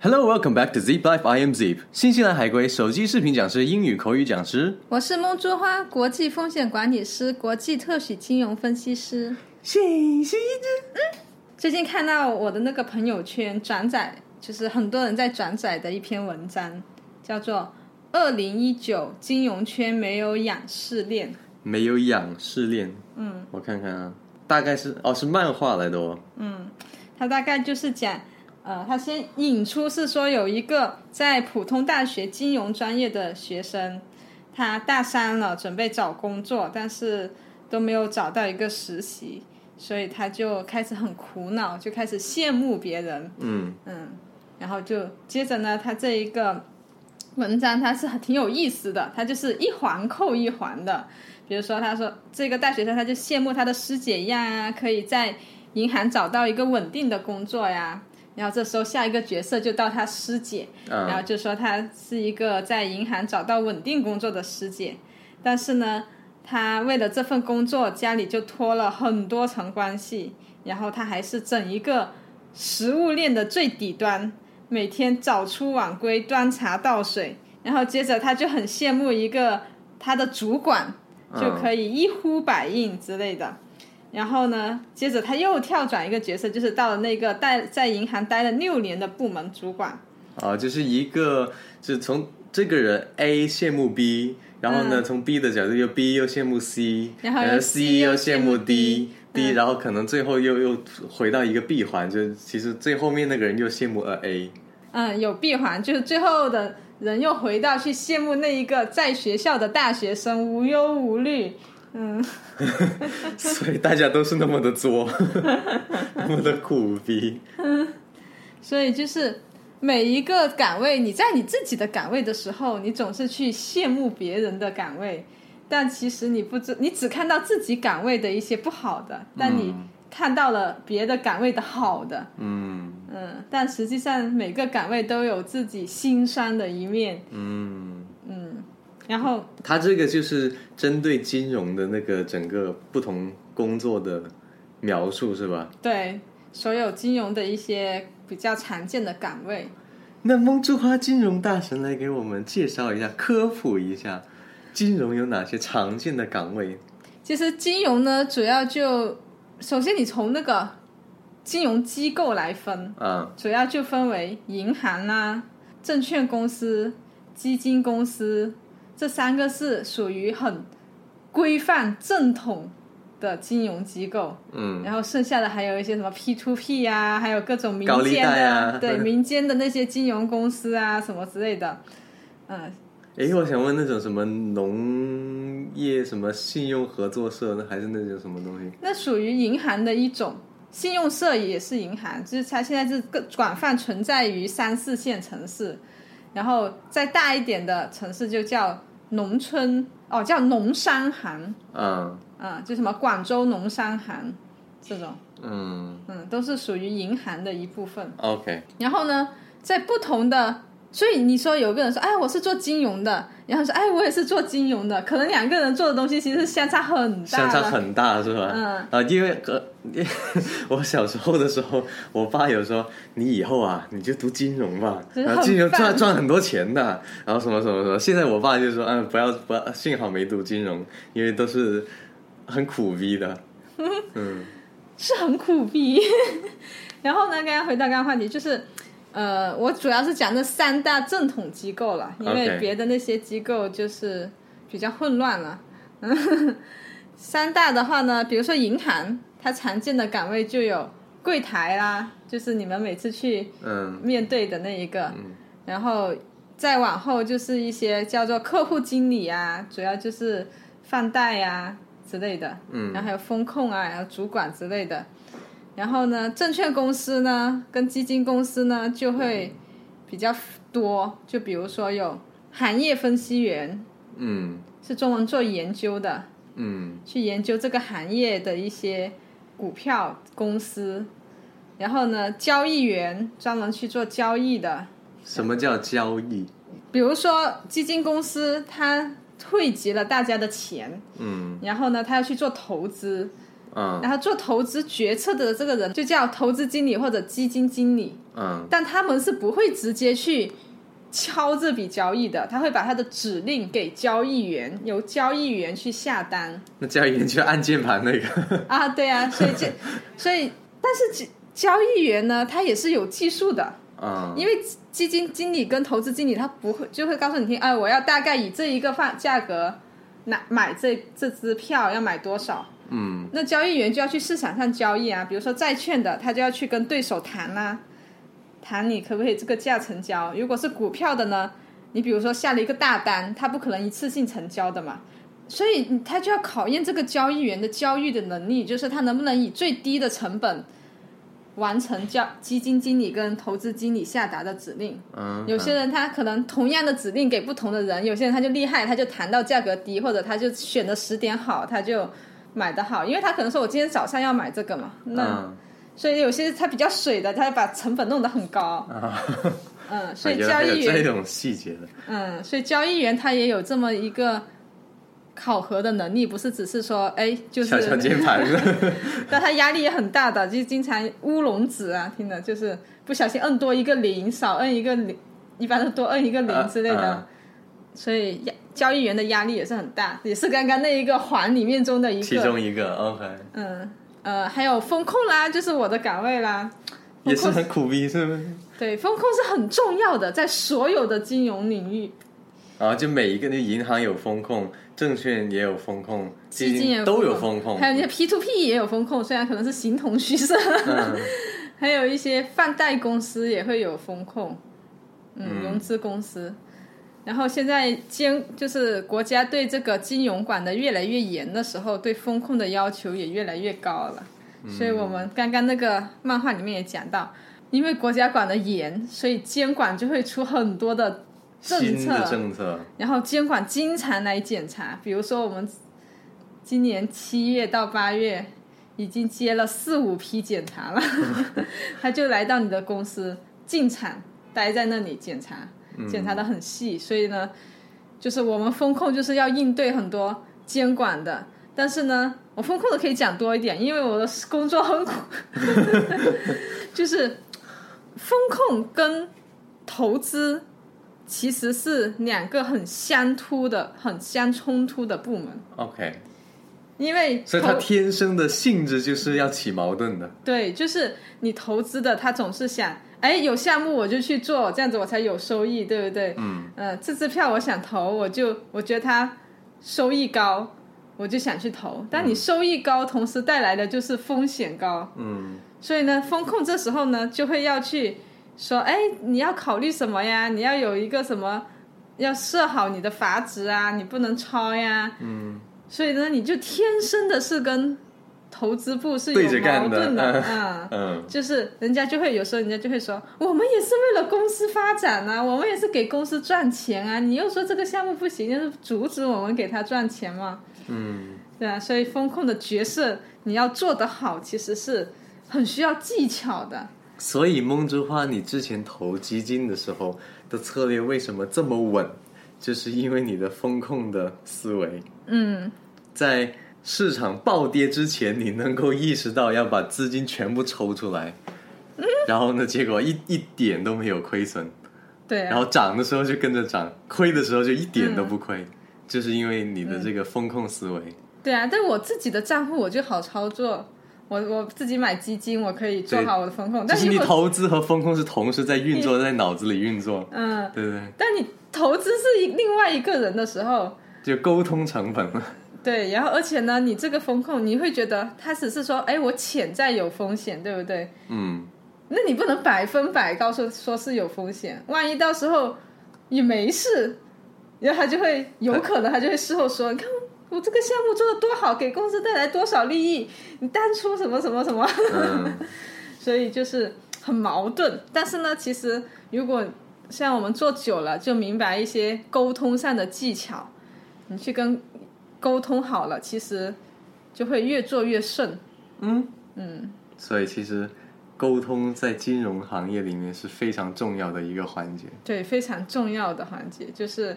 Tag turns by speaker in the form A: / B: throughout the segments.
A: Hello, welcome back to Zip Life. I am Zip，新西兰海归手机视频讲师、英语口语讲师。
B: 我是梦珠花，国际风险管理师，国际特许金融分析师。
A: 信息之
B: 最近看到我的那个朋友圈转载，就是很多人在转载的一篇文章，叫做《二零一九金融圈没有仰视链》。
A: 没有仰视链，
B: 嗯
A: 我看看啊，大概是哦，是漫画来的哦。
B: 嗯，它大概就是讲，呃，它先引出是说有一个在普通大学金融专业的学生，他大三了，准备找工作，但是都没有找到一个实习，所以他就开始很苦恼，就开始羡慕别人，
A: 嗯
B: 嗯，然后就接着呢，他这一个文章它是很挺有意思的，它就是一环扣一环的。比如说，他说这个大学生他就羡慕他的师姐一样啊，可以在银行找到一个稳定的工作呀。然后这时候下一个角色就到他师姐，然后
A: 啊，
B: 就说她是一个在银行找到稳定工作的师姐，但是呢，她为了这份工作，家里就托了很多层关系，然后她还是整一个食物链的最底端，每天早出晚归，端茶倒水，然后接着她就很羡慕一个她的主管，
A: 啊
B: 就可以一呼百应之类的。然后呢，接着他又跳转一个角色，就是到了那个待在银行待了六年的部门主管，
A: 啊，就是一个，就是从这个人 A 羡慕 B，然后呢，从 B 的角度又 B 又羡慕 C，呃
B: 然后又
A: C 嗯又羡慕 D。D，
B: 嗯
A: 然后可能最后又又回到一个闭环，就是其实最后面那个人又羡慕了 A，
B: 嗯，有闭环，就是最后的人又回到去羡慕那一个在学校的大学生无忧无虑，嗯，
A: 所以大家都是那么的作，那么的苦逼。
B: 所以就是每一个岗位，你在你自己的岗位的时候，你总是去羡慕别人的岗位，但其实你不知，你只看到自己岗位的一些不好的，但你
A: 嗯
B: 看到了别的岗位的好的，
A: 嗯
B: 嗯，但实际上每个岗位都有自己心酸的一面，
A: 嗯，
B: 嗯，然后
A: 他这个就是针对金融的那个整个不同工作的描述是吧？
B: 对所有金融的一些比较常见的岗位。
A: 那梦之花金融大神来给我们介绍一下、科普一下，金融有哪些常见的岗位？
B: 其实金融呢，主要就首先你从那个金融机构来分，
A: 啊
B: 主要就分为银行啦、证券公司、基金公司这三个是属于很规范正统的金融机构。
A: 嗯
B: 然后剩下的还有一些什么 P to P 呀，还有各种民
A: 高利
B: 间
A: 贷
B: 的、
A: 啊
B: 对民间的那些金融公司啊什么之类的，嗯，
A: 诶，我想问那种什么农业什么信用合作社，那还是那种什么东西？
B: 那属于银行的一种，信用社也是银行，就是它现在是更广泛存在于三四线城市，然后再大一点的城市就叫农村哦，叫农商行
A: 啊
B: 啊、就什么广州农商行这种，
A: 嗯
B: 嗯，都是属于银行的一部分。
A: ，OK，
B: 然后呢，在不同的，所以你说有个人说，哎，我是做金融的，然后说，哎，我也是做金融的，可能两个人做的东西其实相差很大
A: 相
B: 的，
A: 差很大是吧？
B: 嗯
A: 啊，因为呃， 我小时候的时候，我爸有说你以后啊，你就读金融吧，
B: 真的
A: 然后金融
B: 很
A: 赚
B: 棒
A: 赚很多钱的，然后什么什么什么。现在我爸就说，嗯，不要不要，幸好没读金融，因为都是很苦逼的。嗯
B: 是很苦逼。 然后呢，刚刚回到刚刚话题，就是，呃，我主要是讲这三大正统机构了，因为
A: OK
B: 别的那些机构就是比较混乱了。 嗯三大的话呢，比如说银行，它常见的岗位就有柜台啦，就是你们每次去
A: 嗯
B: 面对的那一个，
A: 嗯
B: 然后再往后就是一些叫做客户经理啊，主要就是放贷呀、之类的，
A: 嗯
B: 然后还有风控啊，然后主管之类的。然后呢，证券公司呢跟基金公司呢就会
A: 嗯
B: 比较多，就比如说有行业分析员，
A: 嗯
B: 是专门做研究的，
A: 嗯
B: 去研究这个行业的一些股票公司，然后呢，交易员专门去做交易的，
A: 什么叫交易？
B: 比如说基金公司，它汇集了大家的钱，
A: 嗯
B: 然后呢，它要去做投资，
A: 啊
B: 然后做投资决策的这个人就叫投资经理或者基金经理，
A: 嗯，
B: 但他们是不会直接去敲这笔交易的，他会把他的指令给交易员，由交易员去下单
A: 那交易员就按键盘那个，
B: 啊，对啊，所以这，所以但是交易员呢，他也是有技术的，
A: 嗯，
B: 因为基金经理跟投资经理他不会就会告诉你听，哎，我要大概以这一个范价格拿买这这支票要买多少。
A: 嗯，
B: 那交易员就要去市场上交易啊，比如说债券的，他就要去跟对手谈啊，谈你可不可以这个价成交。如果是股票的呢，你比如说下了一个大单，他不可能一次性成交的嘛，所以你他就要考验这个交易员的交易的能力，就是他能不能以最低的成本完成交基金经理跟投资经理下达的指令。
A: 嗯，
B: 有些人他可能同样的指令给不同的人，有些人他就厉害，他就谈到价格低，或者他就选的时点好，他就买的好，因为他可能说我今天早上要买这个嘛，那、
A: 嗯
B: 所以有些他比较水的，他把成本弄得很高， 嗯，所
A: 啊
B: 以
A: 原来
B: 交
A: 啊还有
B: 易
A: 这
B: 员，
A: 种细节的，
B: 嗯，所以交易员他也有这么一个考核的能力，不是只是说哎就是
A: 敲敲键 盘，
B: 但他压力也很大的，就是经常乌龙指啊，听的就是不小心摁多一个零，少摁一个零，一般都多摁一个零之类的，
A: 啊
B: 所以压交易员的压力也是很大，也是刚刚那一个环里面中的一
A: 其
B: 个，
A: 中一个 OK，
B: 嗯呃，还有风控啦，就是我的岗位啦，
A: 也是很苦逼，是不是？
B: 对，风控是很重要的，在所有的金融领域，
A: 然啊后就每一个那银行有风控，证券也有风控，基
B: 基金也
A: 金都有风控，
B: 还有那些 P to P 也有风控，虽然可能是形同虚设，
A: 嗯
B: 还有一些放贷公司也会有风控，嗯，融资公司。然后现在监就是国家对这个金融管的越来越严的时候，对风控的要求也越来越高了。
A: 嗯
B: 所以我们刚刚那个漫画里面也讲到，因为国家管的严，所以监管就会出很多的政
A: 新的
B: 策，
A: 政策，
B: 然后监管经常来检查，比如说我们今年七月到八月已经接了四五批检查了， 他就来到你的公司进厂，待在那里检查，检查的很细，所以呢，就是我们风控就是要应对很多监管的，但是呢，我风控的可以讲多一点，因为我的工作很苦， 就是风控跟投资其实是两个很相突的、很相冲突的部门，
A: OK，
B: 因为
A: 所以它
B: 投
A: 天生的性质就是要起矛盾的。
B: 对，就是你投资的，他总是想，哎，有项目我就去做，这样子我才有收益，对不对？
A: 嗯，
B: 呃，这支票我想投，我就我觉得它收益高，我就想去投。但你收益高，同时带来的就是风险高，
A: 嗯
B: 所以呢，风控这时候呢就会要去说，哎，你要考虑什么呀？你要有一个什么，要设好你的阀值啊，你不能超呀。
A: 嗯，
B: 所以呢，你就天生的是跟投资部是有
A: 对着
B: 矛
A: 干的
B: 盾的，
A: 嗯
B: 嗯
A: 嗯
B: 就是人家就会有时候人家就会说，我们也是为了公司发展啊，我们也是给公司赚钱啊，你又说这个项目不行，就是阻止我们给他赚钱嘛，
A: 嗯，
B: 对啊，所以风控的角色你要做得好，其实是很需要技巧的。
A: 所以梦之花，你之前投基金的时候的策略为什么这么稳？就是因为你的风控的思维，
B: 嗯，
A: 在市场暴跌之前，你能够意识到要把资金全部抽出来，
B: 嗯
A: 然后呢，结果一一点都没有亏损，
B: 对啊
A: 然，后涨的时候就跟着涨，亏的时候就一点都不
B: 嗯
A: 亏，就是因为你的这个风控思维。
B: 对啊，但我自己的账户我就好操作，我我自己买基金，我可以做
A: 对
B: 好我的风控，
A: 就
B: 但
A: 是
B: 是如
A: 你
B: 果
A: 投资和风控是同时在运作，在脑子里运作，
B: 嗯，
A: 对不对？
B: 但你投资是一另外一个人的时候，
A: 就沟通成本了，
B: 对，然后而且呢，你这个风控，你会觉得他只是说，哎，我潜在有风险，对不对？
A: 嗯，
B: 那你不能百分百告诉说是有风险，万一到时候也没事，然后他就会有可能他就会事后说，你看我这个项目做的多好，给公司带来多少利益，你当初什么什么什么，
A: 嗯，
B: 所以就是很矛盾。但是呢，其实如果像我们做久了，就明白一些沟通上的技巧，你去跟沟通好了，其实就会越做越顺。
A: 所以其实沟通在金融行业里面是非常重要的一个环节。
B: 对，非常重要的环节就是，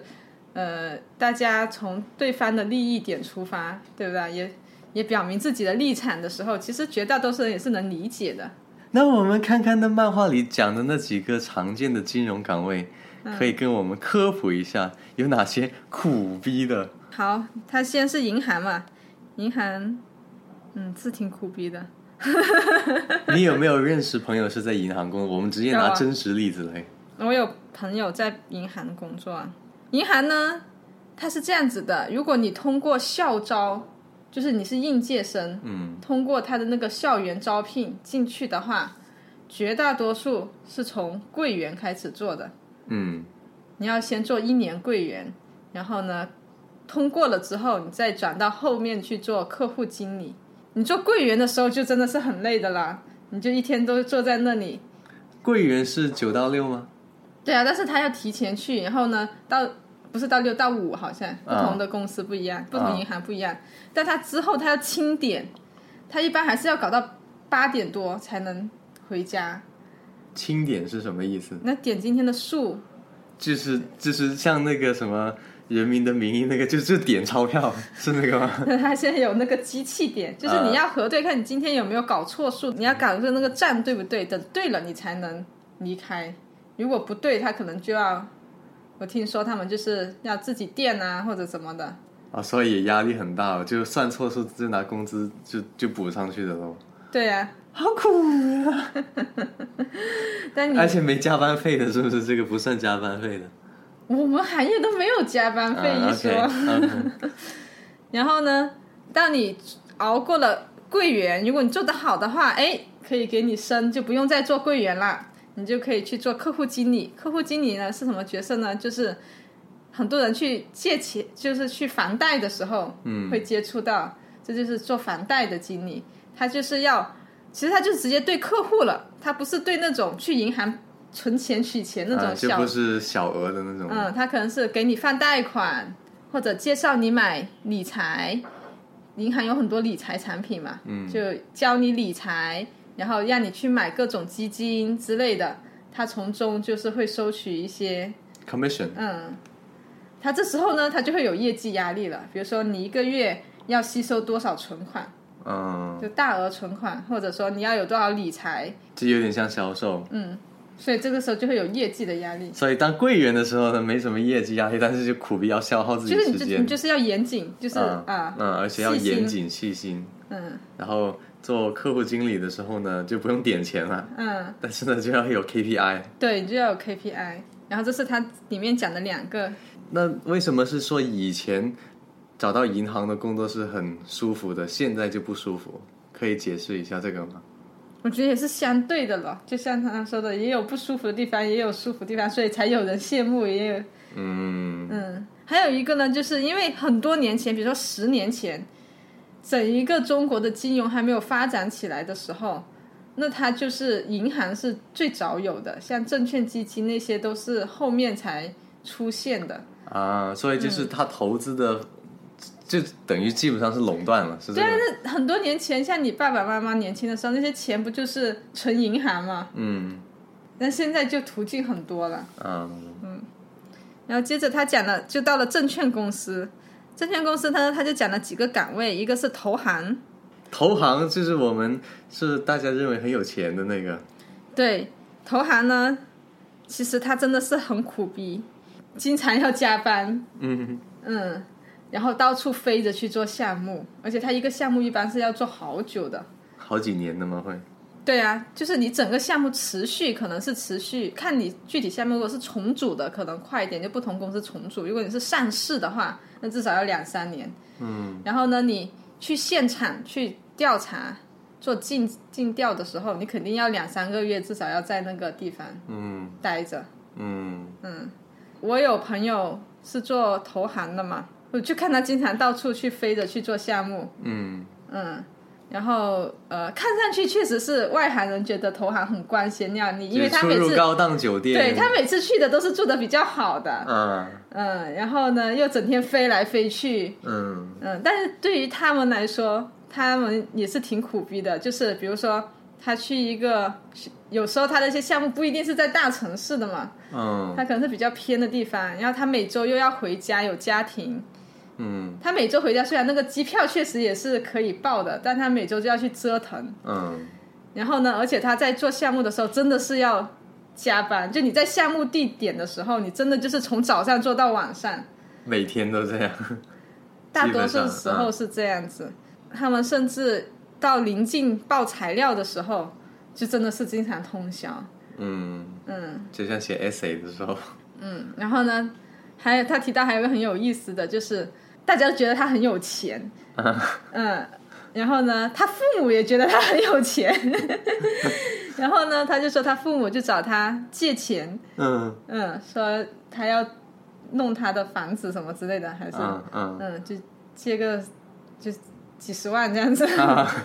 B: 呃，大家从对方的利益点出发，对不对？也也表明自己的立场的时候，其实绝大多数人也是能理解的。
A: 那我们看看那漫画里讲的那几个常见的金融岗位，
B: 嗯
A: 可以跟我们科普一下有哪些苦逼的？
B: 好，他先是银行嘛，银行，嗯，是挺苦逼的。
A: 你有没有认识朋友是在银行工作？我们直接
B: 有
A: 拿
B: 啊
A: 真实例子来。
B: 我有朋友在银行工作啊，银行呢，它是这样子的：如果你通过校招，就是你是应届生，
A: 嗯，
B: 通过他的那个校园招聘进去的话，绝大多数是从柜员开始做的。
A: 嗯，
B: 你要先做一年柜员，然后呢，通过了之后，你再转到后面去做客户经理。你做柜员的时候就真的是很累的啦，你就一天都坐在那里。
A: 柜员是九到六吗？
B: 对啊，但是他要提前去，然后呢，到不是到六到五好像，不同的公司不一样，不同银行不一样，但他之后他要清点，他一般还是要搞到八点多才能回家。
A: 清点是什么意思？
B: 那点今天的数，
A: 就是就是像那个什么《人民的名义》那个，就就点钞票是那个吗？
B: 他现在有那个机器点，就是你要核对看你今天有没有搞错数，你要搞对那个站对不对，等对了你才能离开，如果不对，他可能就要，我听说他们就是要自己垫啊或者怎么的。
A: 啊，所以也压力很大，就算错数就拿工资就就补上去的喽。
B: 对呀、
A: 好苦啊！
B: 但你
A: 而且没加班费的，是不是？这个不算加班费的。
B: 我们行业都没有加班费一说。
A: 啊，OK，OK
B: 然后呢，当你熬过了柜员，如果你做得好的话，哎，可以给你升，就不用再做柜员啦，你就可以去做客户经理。客户经理呢是什么角色呢？就是很多人去借钱，就是去房贷的时候，嗯，会接触到，这就是做房贷的经理，他就是要，其实他就直接对客户了，他不是对那种去银行存钱取 钱那
A: 啊
B: 种
A: 就
B: 小
A: 不是小额的那种。
B: 嗯，他可能是给你放贷款，或者介绍你买理财，银行有很多理财产品嘛，嗯，就教你理财，然后让你去买各种基金之类的，他从中就是会收取一些
A: Commission
B: 嗯，他这时候呢，他就会有业绩压力了，比如说你一个月要吸收多少存款，
A: 嗯，
B: 就大额存款，或者说你要有多少理财，
A: 这有点像销售。
B: 嗯所以这个时候就会有业绩的压力。
A: 所以当柜员的时候呢，没什么业绩压力，但是就苦逼要消耗自己
B: 就是你
A: 时
B: 就
A: 间
B: 你。就是要严谨，就是
A: 嗯
B: 啊，
A: 嗯，而且要
B: 细心
A: 严谨细心。
B: 嗯
A: 然后做客户经理的时候呢，就不用点钱了，
B: 嗯，
A: 但是呢就要有 KPI。
B: 对，你就要有 KPI。然后这是它里面讲的两个，
A: 那为什么是说以前找到银行的工作是很舒服的，现在就不舒服？可以解释一下这个吗？
B: 我觉得也是相对的了。就像他说的，也有不舒服的地方，也有舒服的地方，所以才有人羡慕，也有
A: 嗯，
B: 嗯。还有一个呢，就是因为很多年前，比如说十年前，整一个中国的金融还没有发展起来的时候，那它就是银行是最早有的，像证券基金那些都是后面才出现的。
A: 啊，所以就是他投资的，就等于基本上是垄断了，是这
B: 对
A: 个
B: 啊
A: 吗。，
B: 那很多年前，像你爸爸妈妈年轻的时候，那些钱不就是存银行吗？
A: 嗯
B: 那现在就途径很多了。
A: 嗯
B: 然后接着他讲了，就到了证券公司。证券公司他他就讲了几个岗位，一个是投行，
A: 投行就是我们是大家认为很有钱的那个，
B: 对，投行呢，其实他真的是很苦逼，经常要加班，
A: 嗯，
B: 嗯，然后到处飞着去做项目，而且他一个项目一般是要做好久的。
A: 好几年的嘛会，
B: 对啊，就是你整个项目持续可能是持续，看你具体项目如果是重组的，可能快一点，就不同公司重组；如果你是上市的话，那至少要两三年。嗯，然后呢，你去现场去调查做尽尽调的时候，你肯定要两三个月，至少要在那个地方
A: 嗯
B: 待着。
A: 嗯，
B: 我有朋友是做投行的嘛，我就看他经常到处去飞着去做项目，
A: 嗯，
B: 嗯，然后呃，看上去确实是外行人觉得投行很光鲜亮丽，因为
A: 就
B: 他
A: 出
B: 每
A: 入
B: 次
A: 高档酒店，
B: 对他每次去的都是住的比较好的，
A: 啊
B: 嗯，然后呢又整天飞来飞去，
A: 嗯
B: 嗯，但是对于他们来说，他们也是挺苦逼的。就是比如说，他去一个，有时候他的一些项目不一定是在大城市的嘛，
A: 嗯
B: 他可能是比较偏的地方，然后他每周又要回家，有家庭。
A: 嗯
B: 他每周回家，虽然那个机票确实也是可以报的，但他每周就要去折腾，
A: 嗯
B: 然后呢，而且他在做项目的时候真的是要加班，就你在项目地点的时候，你真的就是从早上做到晚上，
A: 每天都这样，
B: 大
A: 基
B: 多
A: 本
B: 数
A: 上
B: 时候
A: 嗯
B: 是这样子。他们甚至到临近报材料的时候，就真的是经常通宵。
A: 嗯，
B: 嗯
A: 就像写 essay 的时候，
B: 嗯，然后呢，还有他提到还有一个很有意思的，就是大家都觉得他很 有钱，嗯，然后呢，他父母也觉得他很有 钱，然后呢，他就说他父母就找他借钱，
A: 嗯
B: 嗯，说他要弄他的房子什么之类的，还是
A: 嗯嗯
B: 嗯，就借个就几十万这样子，
A: 啊，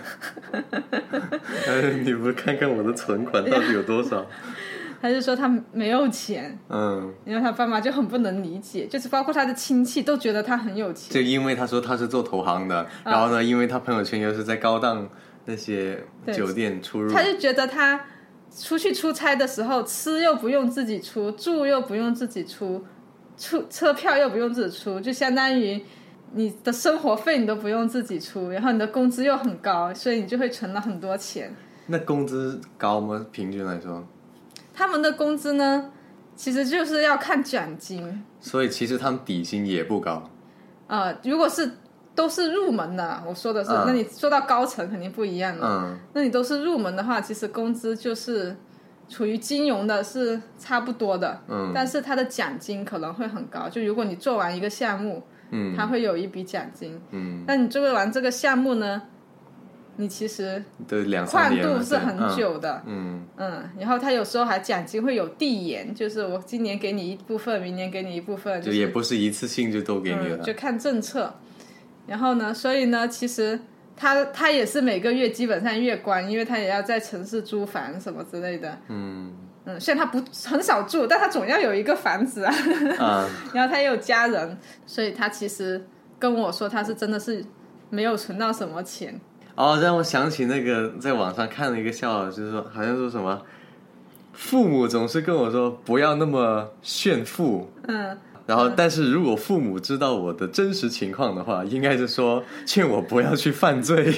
A: 哎你不看看我的存款到底有多 少？
B: 他就说他没有钱，
A: 嗯，
B: 然后他爸妈就很不能理解，就是包括他的亲戚都觉得他很有钱，
A: 就因为他说他是做投行的，
B: 嗯
A: 然后呢，因为他朋友圈又是在高档那些
B: 对
A: 酒店出入，
B: 他就觉得他出去出差的时候，吃又不用自己出，住又不用自己出，出车票又不用自己出，就相当于你的生活费你都不用自己出，然后你的工资又很高，所以你就会存了很多钱。
A: 那工资高吗？平均来说，
B: 他们的工资呢，其实就是要看奖金，
A: 所以其实他们底薪也不高。
B: 呃，如果是。都是入门的，我说的是，
A: 嗯
B: 那你说到高层肯定不一样了。
A: 嗯，
B: 那你都是入门的话，其实工资就是处于金融的，是差不多的。
A: 嗯，
B: 但是它的奖金可能会很高，就如果你做完一个项目，
A: 嗯，
B: 它会有一笔奖金。
A: 嗯，
B: 那你做完这个项目呢，你其实
A: 嗯对，两三
B: 跨
A: 年了
B: 度是
A: 对
B: 很久的。
A: 嗯
B: 嗯，然后它有时候还奖金会有递延，就是我今年给你一部分，明年给你一部分，
A: 嗯，就也不是一次性就都给你
B: 嗯，
A: 了。
B: 就看政策。然后呢，所以呢，其实他他也是每个月基本上月关，因为他也要在城市租房什么之类的。
A: 嗯
B: 嗯，虽然他不很少住，但他总要有一个房子啊。
A: 啊，
B: 然后他也有家人，所以他其实跟我说他是真的是没有存到什么钱。
A: 哦，让我想起那个在网上看了一个笑话，就是说好像说什么，父母总是跟我说不要那么炫富，
B: 嗯，
A: 然后但是如果父母知道我的真实情况的话，应该是说劝我不要去犯罪。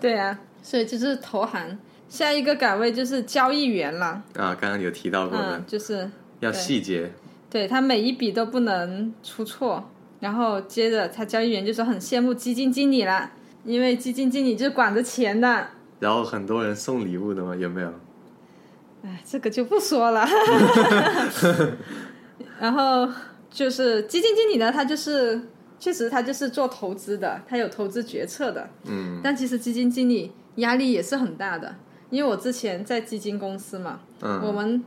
B: 对啊，所以就是投行。下一个岗位就是交易员了，
A: 啊，刚刚有提到过的，
B: 嗯，就是
A: 要
B: 对
A: 细节。
B: 对他每一笔都不能出错。然后接着他交易员就说很羡慕基金经理啦，因为基金经理就是管着钱的。
A: 然后很多人送礼物的嘛，有没有？
B: 哎，这个就不说了。 然后就是基金经理呢，他就是确实他就是做投资的，他有投资决策的。
A: 嗯
B: 但其实基金经理压力也是很大的，因为我之前在基金公司嘛，我
A: 嗯
B: 们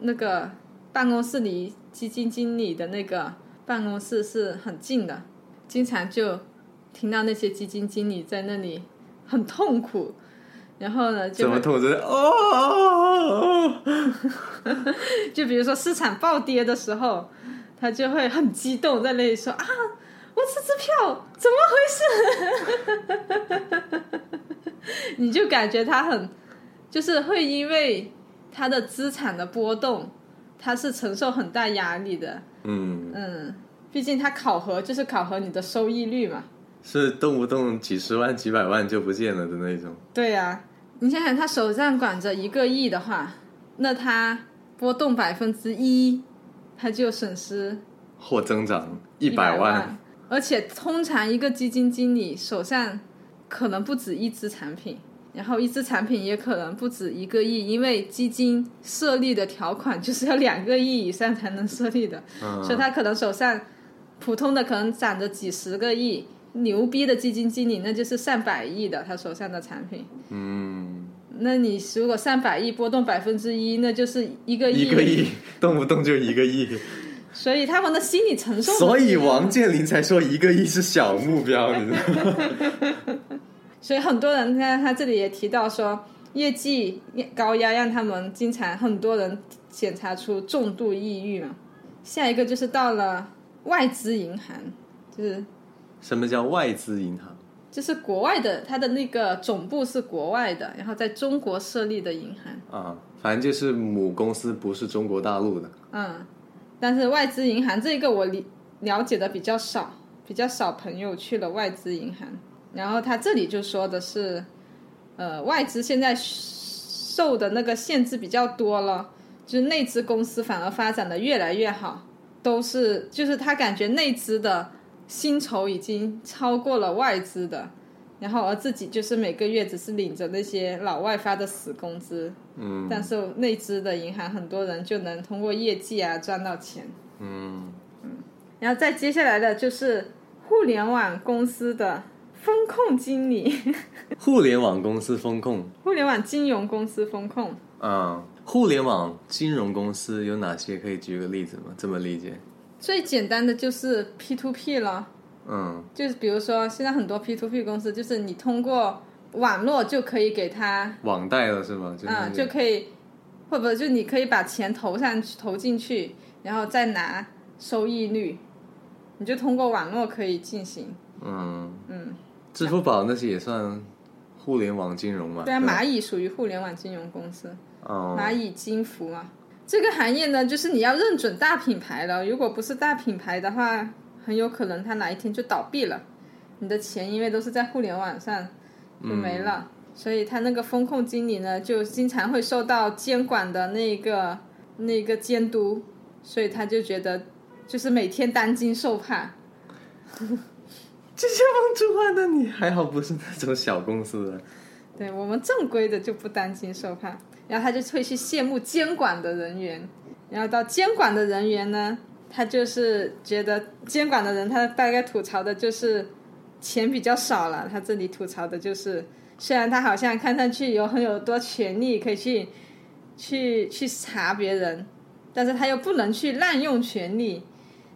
B: 那个办公室离基金经理的那个办公室是很近的，经常就听到那些基金经理在那里很痛苦，然后呢，就
A: 怎
B: 会
A: 么痛着？哦哦哦哦！
B: 就比如说市场暴跌的时候，他就会很激动，在那里说啊，我这支票怎么回 事？你就感觉他很，就是会因为他的资产的波动，他是承受很大压力的。
A: 嗯，
B: 嗯，毕竟他考核就是考核你的收益率嘛。
A: 是动不动几十万、几百万就不见了的那种。
B: 对呀、你想想，他手上管着一个亿的话，那他波动百分之一，他就损失
A: 或增长一
B: 一
A: 百万，
B: 万，而且通常一个基金经理手上可能不止一只产品，然后一只产品也可能不止一个亿，因为基金设立的条款就是要两个亿以上才能设立的，
A: 嗯
B: 所以他可能手上普通的可能攒着几十个亿，牛逼的基金经理那就是上百亿的他手上的产品。
A: 嗯，
B: 那你如果上百亿波动百分之一，那就是一个亿，
A: 一个亿，动不动就一个亿，
B: 所以他们的心理承受能力
A: 所以王健林才说一个亿是小目标，你知 道吗？
B: 所以很多人他他这里也提到说，业绩高压让他们经常很多人检查出重度抑郁嘛。下一个就是到了外资银行，就是
A: 什么叫外资银行？
B: 就是国外的，它的那个总部是国外的，然后在中国设立的银行，
A: 啊，反正就是母公司不是中国大陆的，
B: 嗯，但是外资银行这个我理了解的比较少，比较少朋友去了外资银行。然后他这里就说的是，呃，外资现在受的那个限制比较多了，就是内资公司反而发展的越来越好，都是就是他感觉内资的薪酬已经超过了外资的，然后而自己就是每个月只是领着那些老外发的死工资，
A: 嗯
B: 但是内资的银行很多人就能通过业绩啊赚到钱。
A: 嗯，
B: 然后再接下来的就是互联网公司的风控经理，
A: 互联网公司风控
B: 互联网金融公司风控，
A: 啊、互联网金融公司有哪些？可以举个例子吗？这么理解？
B: 最简单的就是 P to P 了，
A: 嗯
B: 就是比如说现在很多 P to P 公司，就是你通过网络就可以给他，，
A: 网贷了是吗？就是那个、
B: 嗯，就可以，或者就你可以把钱投上去，投进去，然后再拿收益率，你就通过网络可以进行。
A: 嗯嗯，支付宝那些也算互联网金融嘛？
B: 对啊，
A: 吧
B: 蚂蚁属于互联网金融公司。
A: 哦，
B: 蚂蚁金服嘛。这个行业呢，就是你要认准大品牌了，如果不是大品牌的话，很有可能它哪一天就倒闭了。你的钱因为都是在互联网上就
A: 嗯
B: 没了，所以他那个风控经理呢，就经常会受到监管的那个那个监督，所以他就觉得就是每天担惊受怕。
A: 这些 帮助换的你还好不是那种小公司的，
B: 对我们正规的就不担惊受怕，然后他就会去羡慕监管的人员，然后到监管的人员呢，他就是觉得监管的人他大概吐槽的就是钱比较少了，他这里吐槽的就是虽然他好像看上去有很有多权利可以去去去查别人，但是他又不能去滥用权利，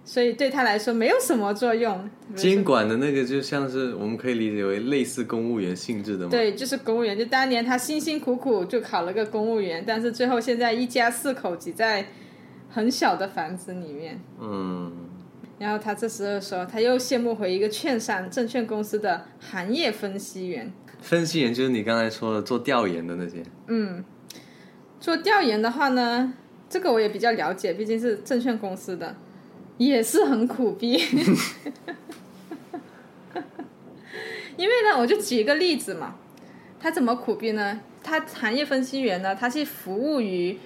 B: 所以对他来说没有什么作用。
A: 监管的那个就像是我们可以理解为类似公务员性质的嘛？
B: 对，就是公务员。就当年他辛辛苦苦就考了个公务员，但是最后现在一家四口挤在很小的房子里面。
A: 嗯
B: 然后他这时候说，他又羡慕回一个券商证券公司的行业分析员。，
A: 分析员就是你刚才说的做调研的那些，
B: 做调研的话呢，这个我也比较了解，毕竟是证券公司的，也是很苦逼。 因为呢，我就举一个例子嘛，他怎么苦逼呢？他行业分析员呢，他是服务于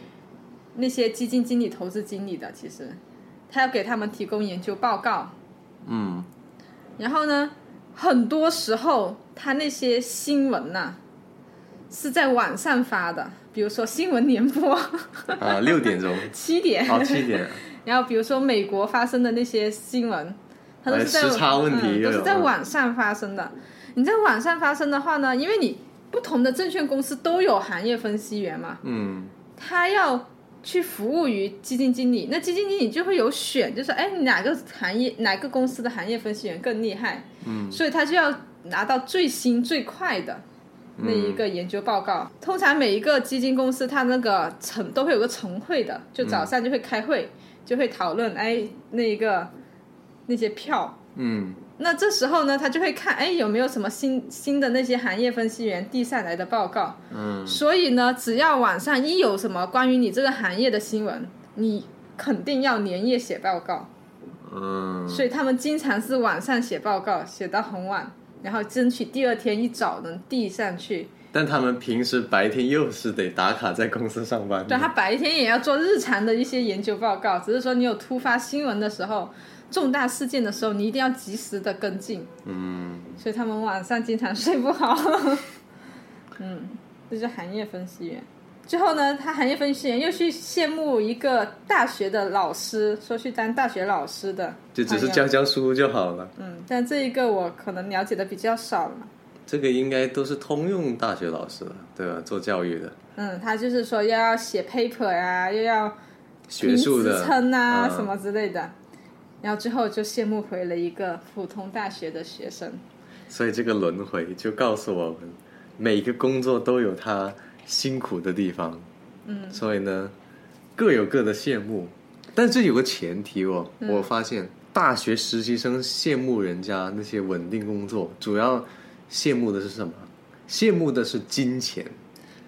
B: 那些基金经理、投资经理的，其实他要给他们提供研究报告，
A: 嗯
B: 然后呢，很多时候他那些新闻呐、是在晚上发的，比如说新闻联播。
A: 啊，六点钟，
B: 七点，
A: 哦，七点，
B: 然后比如说美国发生的那些新闻，它都是在
A: 哎时差问题
B: 嗯，
A: 又有
B: 都是在晚上发生的。你在晚上发生的话呢，因为你不同的证券公司都有行业分析员嘛，
A: 嗯
B: 他要去服务于基金经理，那基金经理就会有选，就说哎，你哪个行业哪个公司的行业分析员更厉害？嗯，所以他就要拿到最新最快的。
A: 嗯
B: 那一个研究报告，通常每一个基金公司它那个晨都会有个晨会的，就早上就会开会，就会讨论哎那一个那些票，
A: 嗯
B: 那这时候呢，他就会看，哎，有没有什么新新的那些行业分析员递上来的报告。
A: 嗯，
B: 所以呢，只要晚上一有什么关于你这个行业的新闻，你肯定要连夜写报告。
A: 嗯，
B: 所以他们经常是晚上写报告，写到很晚，然后争取第二天一早能递上去。
A: 但他们平时白天又是得打卡在公司上班
B: 对
A: 的，
B: 他白天也要做日常的一些研究报告，只是说你有突发新闻的时候、重大事件的时候，你一定要及时的跟进。
A: 嗯，
B: 所以他们晚上经常睡不好。 嗯，这是行业分析员。最后呢，他行业分析员又去羡慕一个大学的老师，说去当大学老师的，
A: 就只是
B: 朋友
A: 教教书就好了。
B: 嗯，但这一个我可能了解的比较少了。
A: 这个应该都是通用大学老师了，对吧？做教育的、
B: 嗯，他就是说又要写 paper 啊，又要
A: 学术
B: 评职
A: 的，
B: 称啊、
A: 嗯
B: 什么之类的，然后最后就羡慕回了一个普通大学的学生。
A: 所以这个轮回就告诉我们，每个工作都有它辛苦的地方。嗯，所以呢，各有各的羡慕，但这有个前提哦，我发现大学实习生羡慕人家那些稳定工作，主要羡慕的是什么？羡慕的是金钱。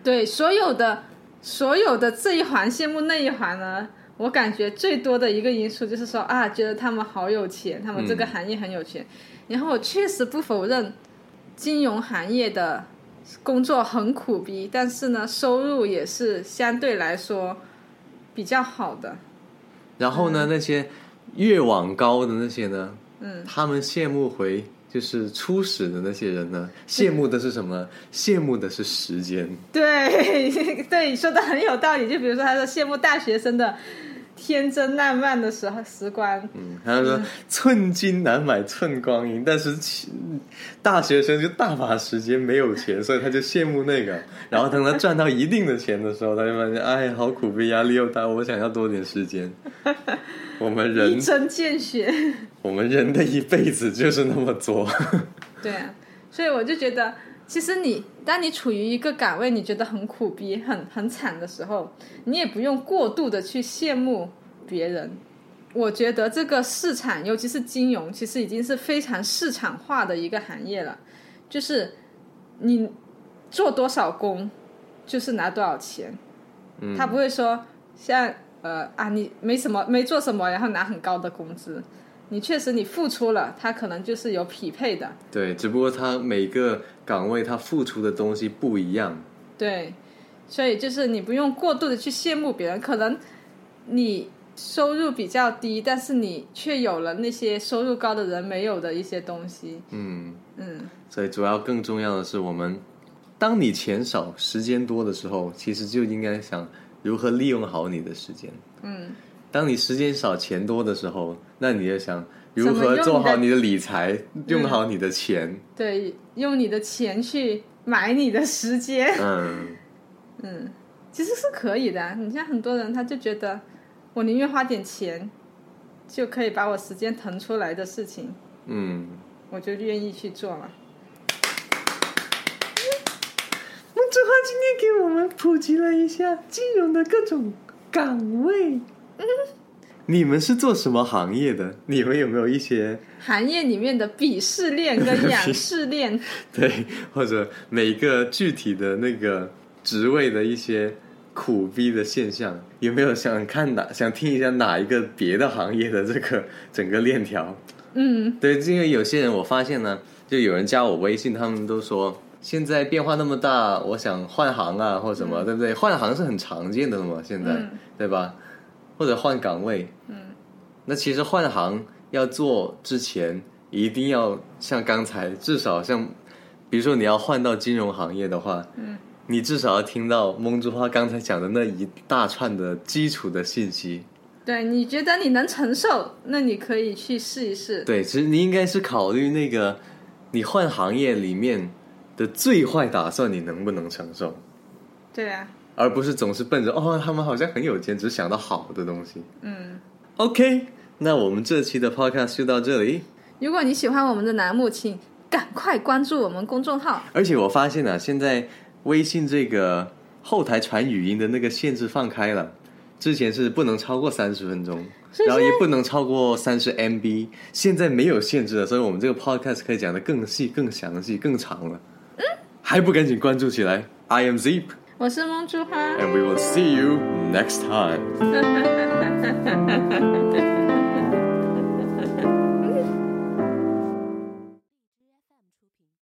B: 对，所有的所有的这一环羡慕那一环呢，我感觉最多的一个因素就是说
A: 嗯
B: 啊，觉得他们好有钱，他们这个行业很有钱。然后我确实不否认，金融行业的工作很苦逼，但是呢，收入也是相对来说比较好的。
A: 然后呢，那些越往高的那些呢，嗯，他们羡慕回就是初始的那些人呢，羡慕的是什么？羡慕的是时间。
B: 对 对，你说的很有道理。就比如说，他说羡慕大学生的天真烂漫的时候时光，
A: 嗯，他说寸金难买寸光阴，但是其大学生就大把时间没有钱，所以他就羡慕那个。然后等他赚到一定的钱的时候，他就发现，哎，好苦逼，压力又大，我想要多点时间。我们人
B: 一针见血。
A: 我们人的一辈子就是那么作。
B: 对啊，所以我就觉得，其实你当你处于一个岗位，你觉得很苦逼、很很惨的时候，你也不用过度的去羡慕别人。我觉得这个市场，尤其是金融，其实已经是非常市场化的一个行业了，就是你做多少工，就是拿多少钱。
A: 嗯
B: 他不会说像呃啊，你没什么没做什么，然后拿很高的工资。你确实你付出了，他可能就是有匹配的，
A: 对，只不过他每个岗位他付出的东西不一样。
B: 对，所以就是你不用过度的去羡慕别人，可能你收入比较低，但是你却有了那些收入高的人没有的一些东西，
A: 嗯，
B: 嗯，
A: 所以主要更重要的是，我们当你钱少、时间多的时候，其实就应该想如何利用好你的时间。
B: 嗯，
A: 当你时间少、钱多的时候，那你也想
B: 怎么
A: 如何
B: 用
A: 做
B: 你的
A: 好你的理财，用好你的钱。
B: 对，用你的钱去买你的时间，
A: 嗯，
B: 嗯，其实是可以的啊。你像很多人他就觉得，我宁愿花点钱，就可以把我时间腾出来的事情，
A: 嗯，
B: 我就愿意去做嘛。
A: 孟子华今天给我们普及了一下金融的各种岗位。嗯你们是做什么行业的？你们有没有一些
B: 行业里面的鄙视链跟仰视链，
A: 对，或者每个具体的那个职位的一些苦逼的现象，有没有想看哪想听一下哪一个别的行业的这个整个链条？
B: 嗯，
A: 对，因为有些人我发现呢，就有人加我微信，他们都说现在变化那么大，我想换行啊，或什么，对不对？换行是很常见的了嘛，现在、
B: 嗯
A: 对吧？或者换岗位，嗯，那其实换行要做之前，一定要像刚才，至少像，比如说你要换到金融行业的话，嗯。你至少要听到蒙珠花刚才讲的那一大串的基础的信息，
B: 对，你觉得你能承受，那你可以去试一试。
A: 对，其实你应该是考虑那个你换行业里面的最坏打算，你能不能承受，
B: 对啊，
A: 而不是总是奔着哦，他们好像很有钱，只想到好的东西。
B: 嗯，
A: OK，那我们这期的 Podcast 就到这里。
B: 如果你喜欢我们的栏目，请赶快关注我们公众号。
A: 而且我发现啊，现在微信这个后台传语音的那个限制放开了，之前是不能超过三十分钟，
B: 是不是
A: 然后也不能超过三十 MB，现在没有限制了，所以我们这个 podcast 可以讲的更细、更详细、更长了。
B: 嗯
A: 还不赶紧关注起来！I am Zip
B: 我是梦珠花。
A: and we will see you next time.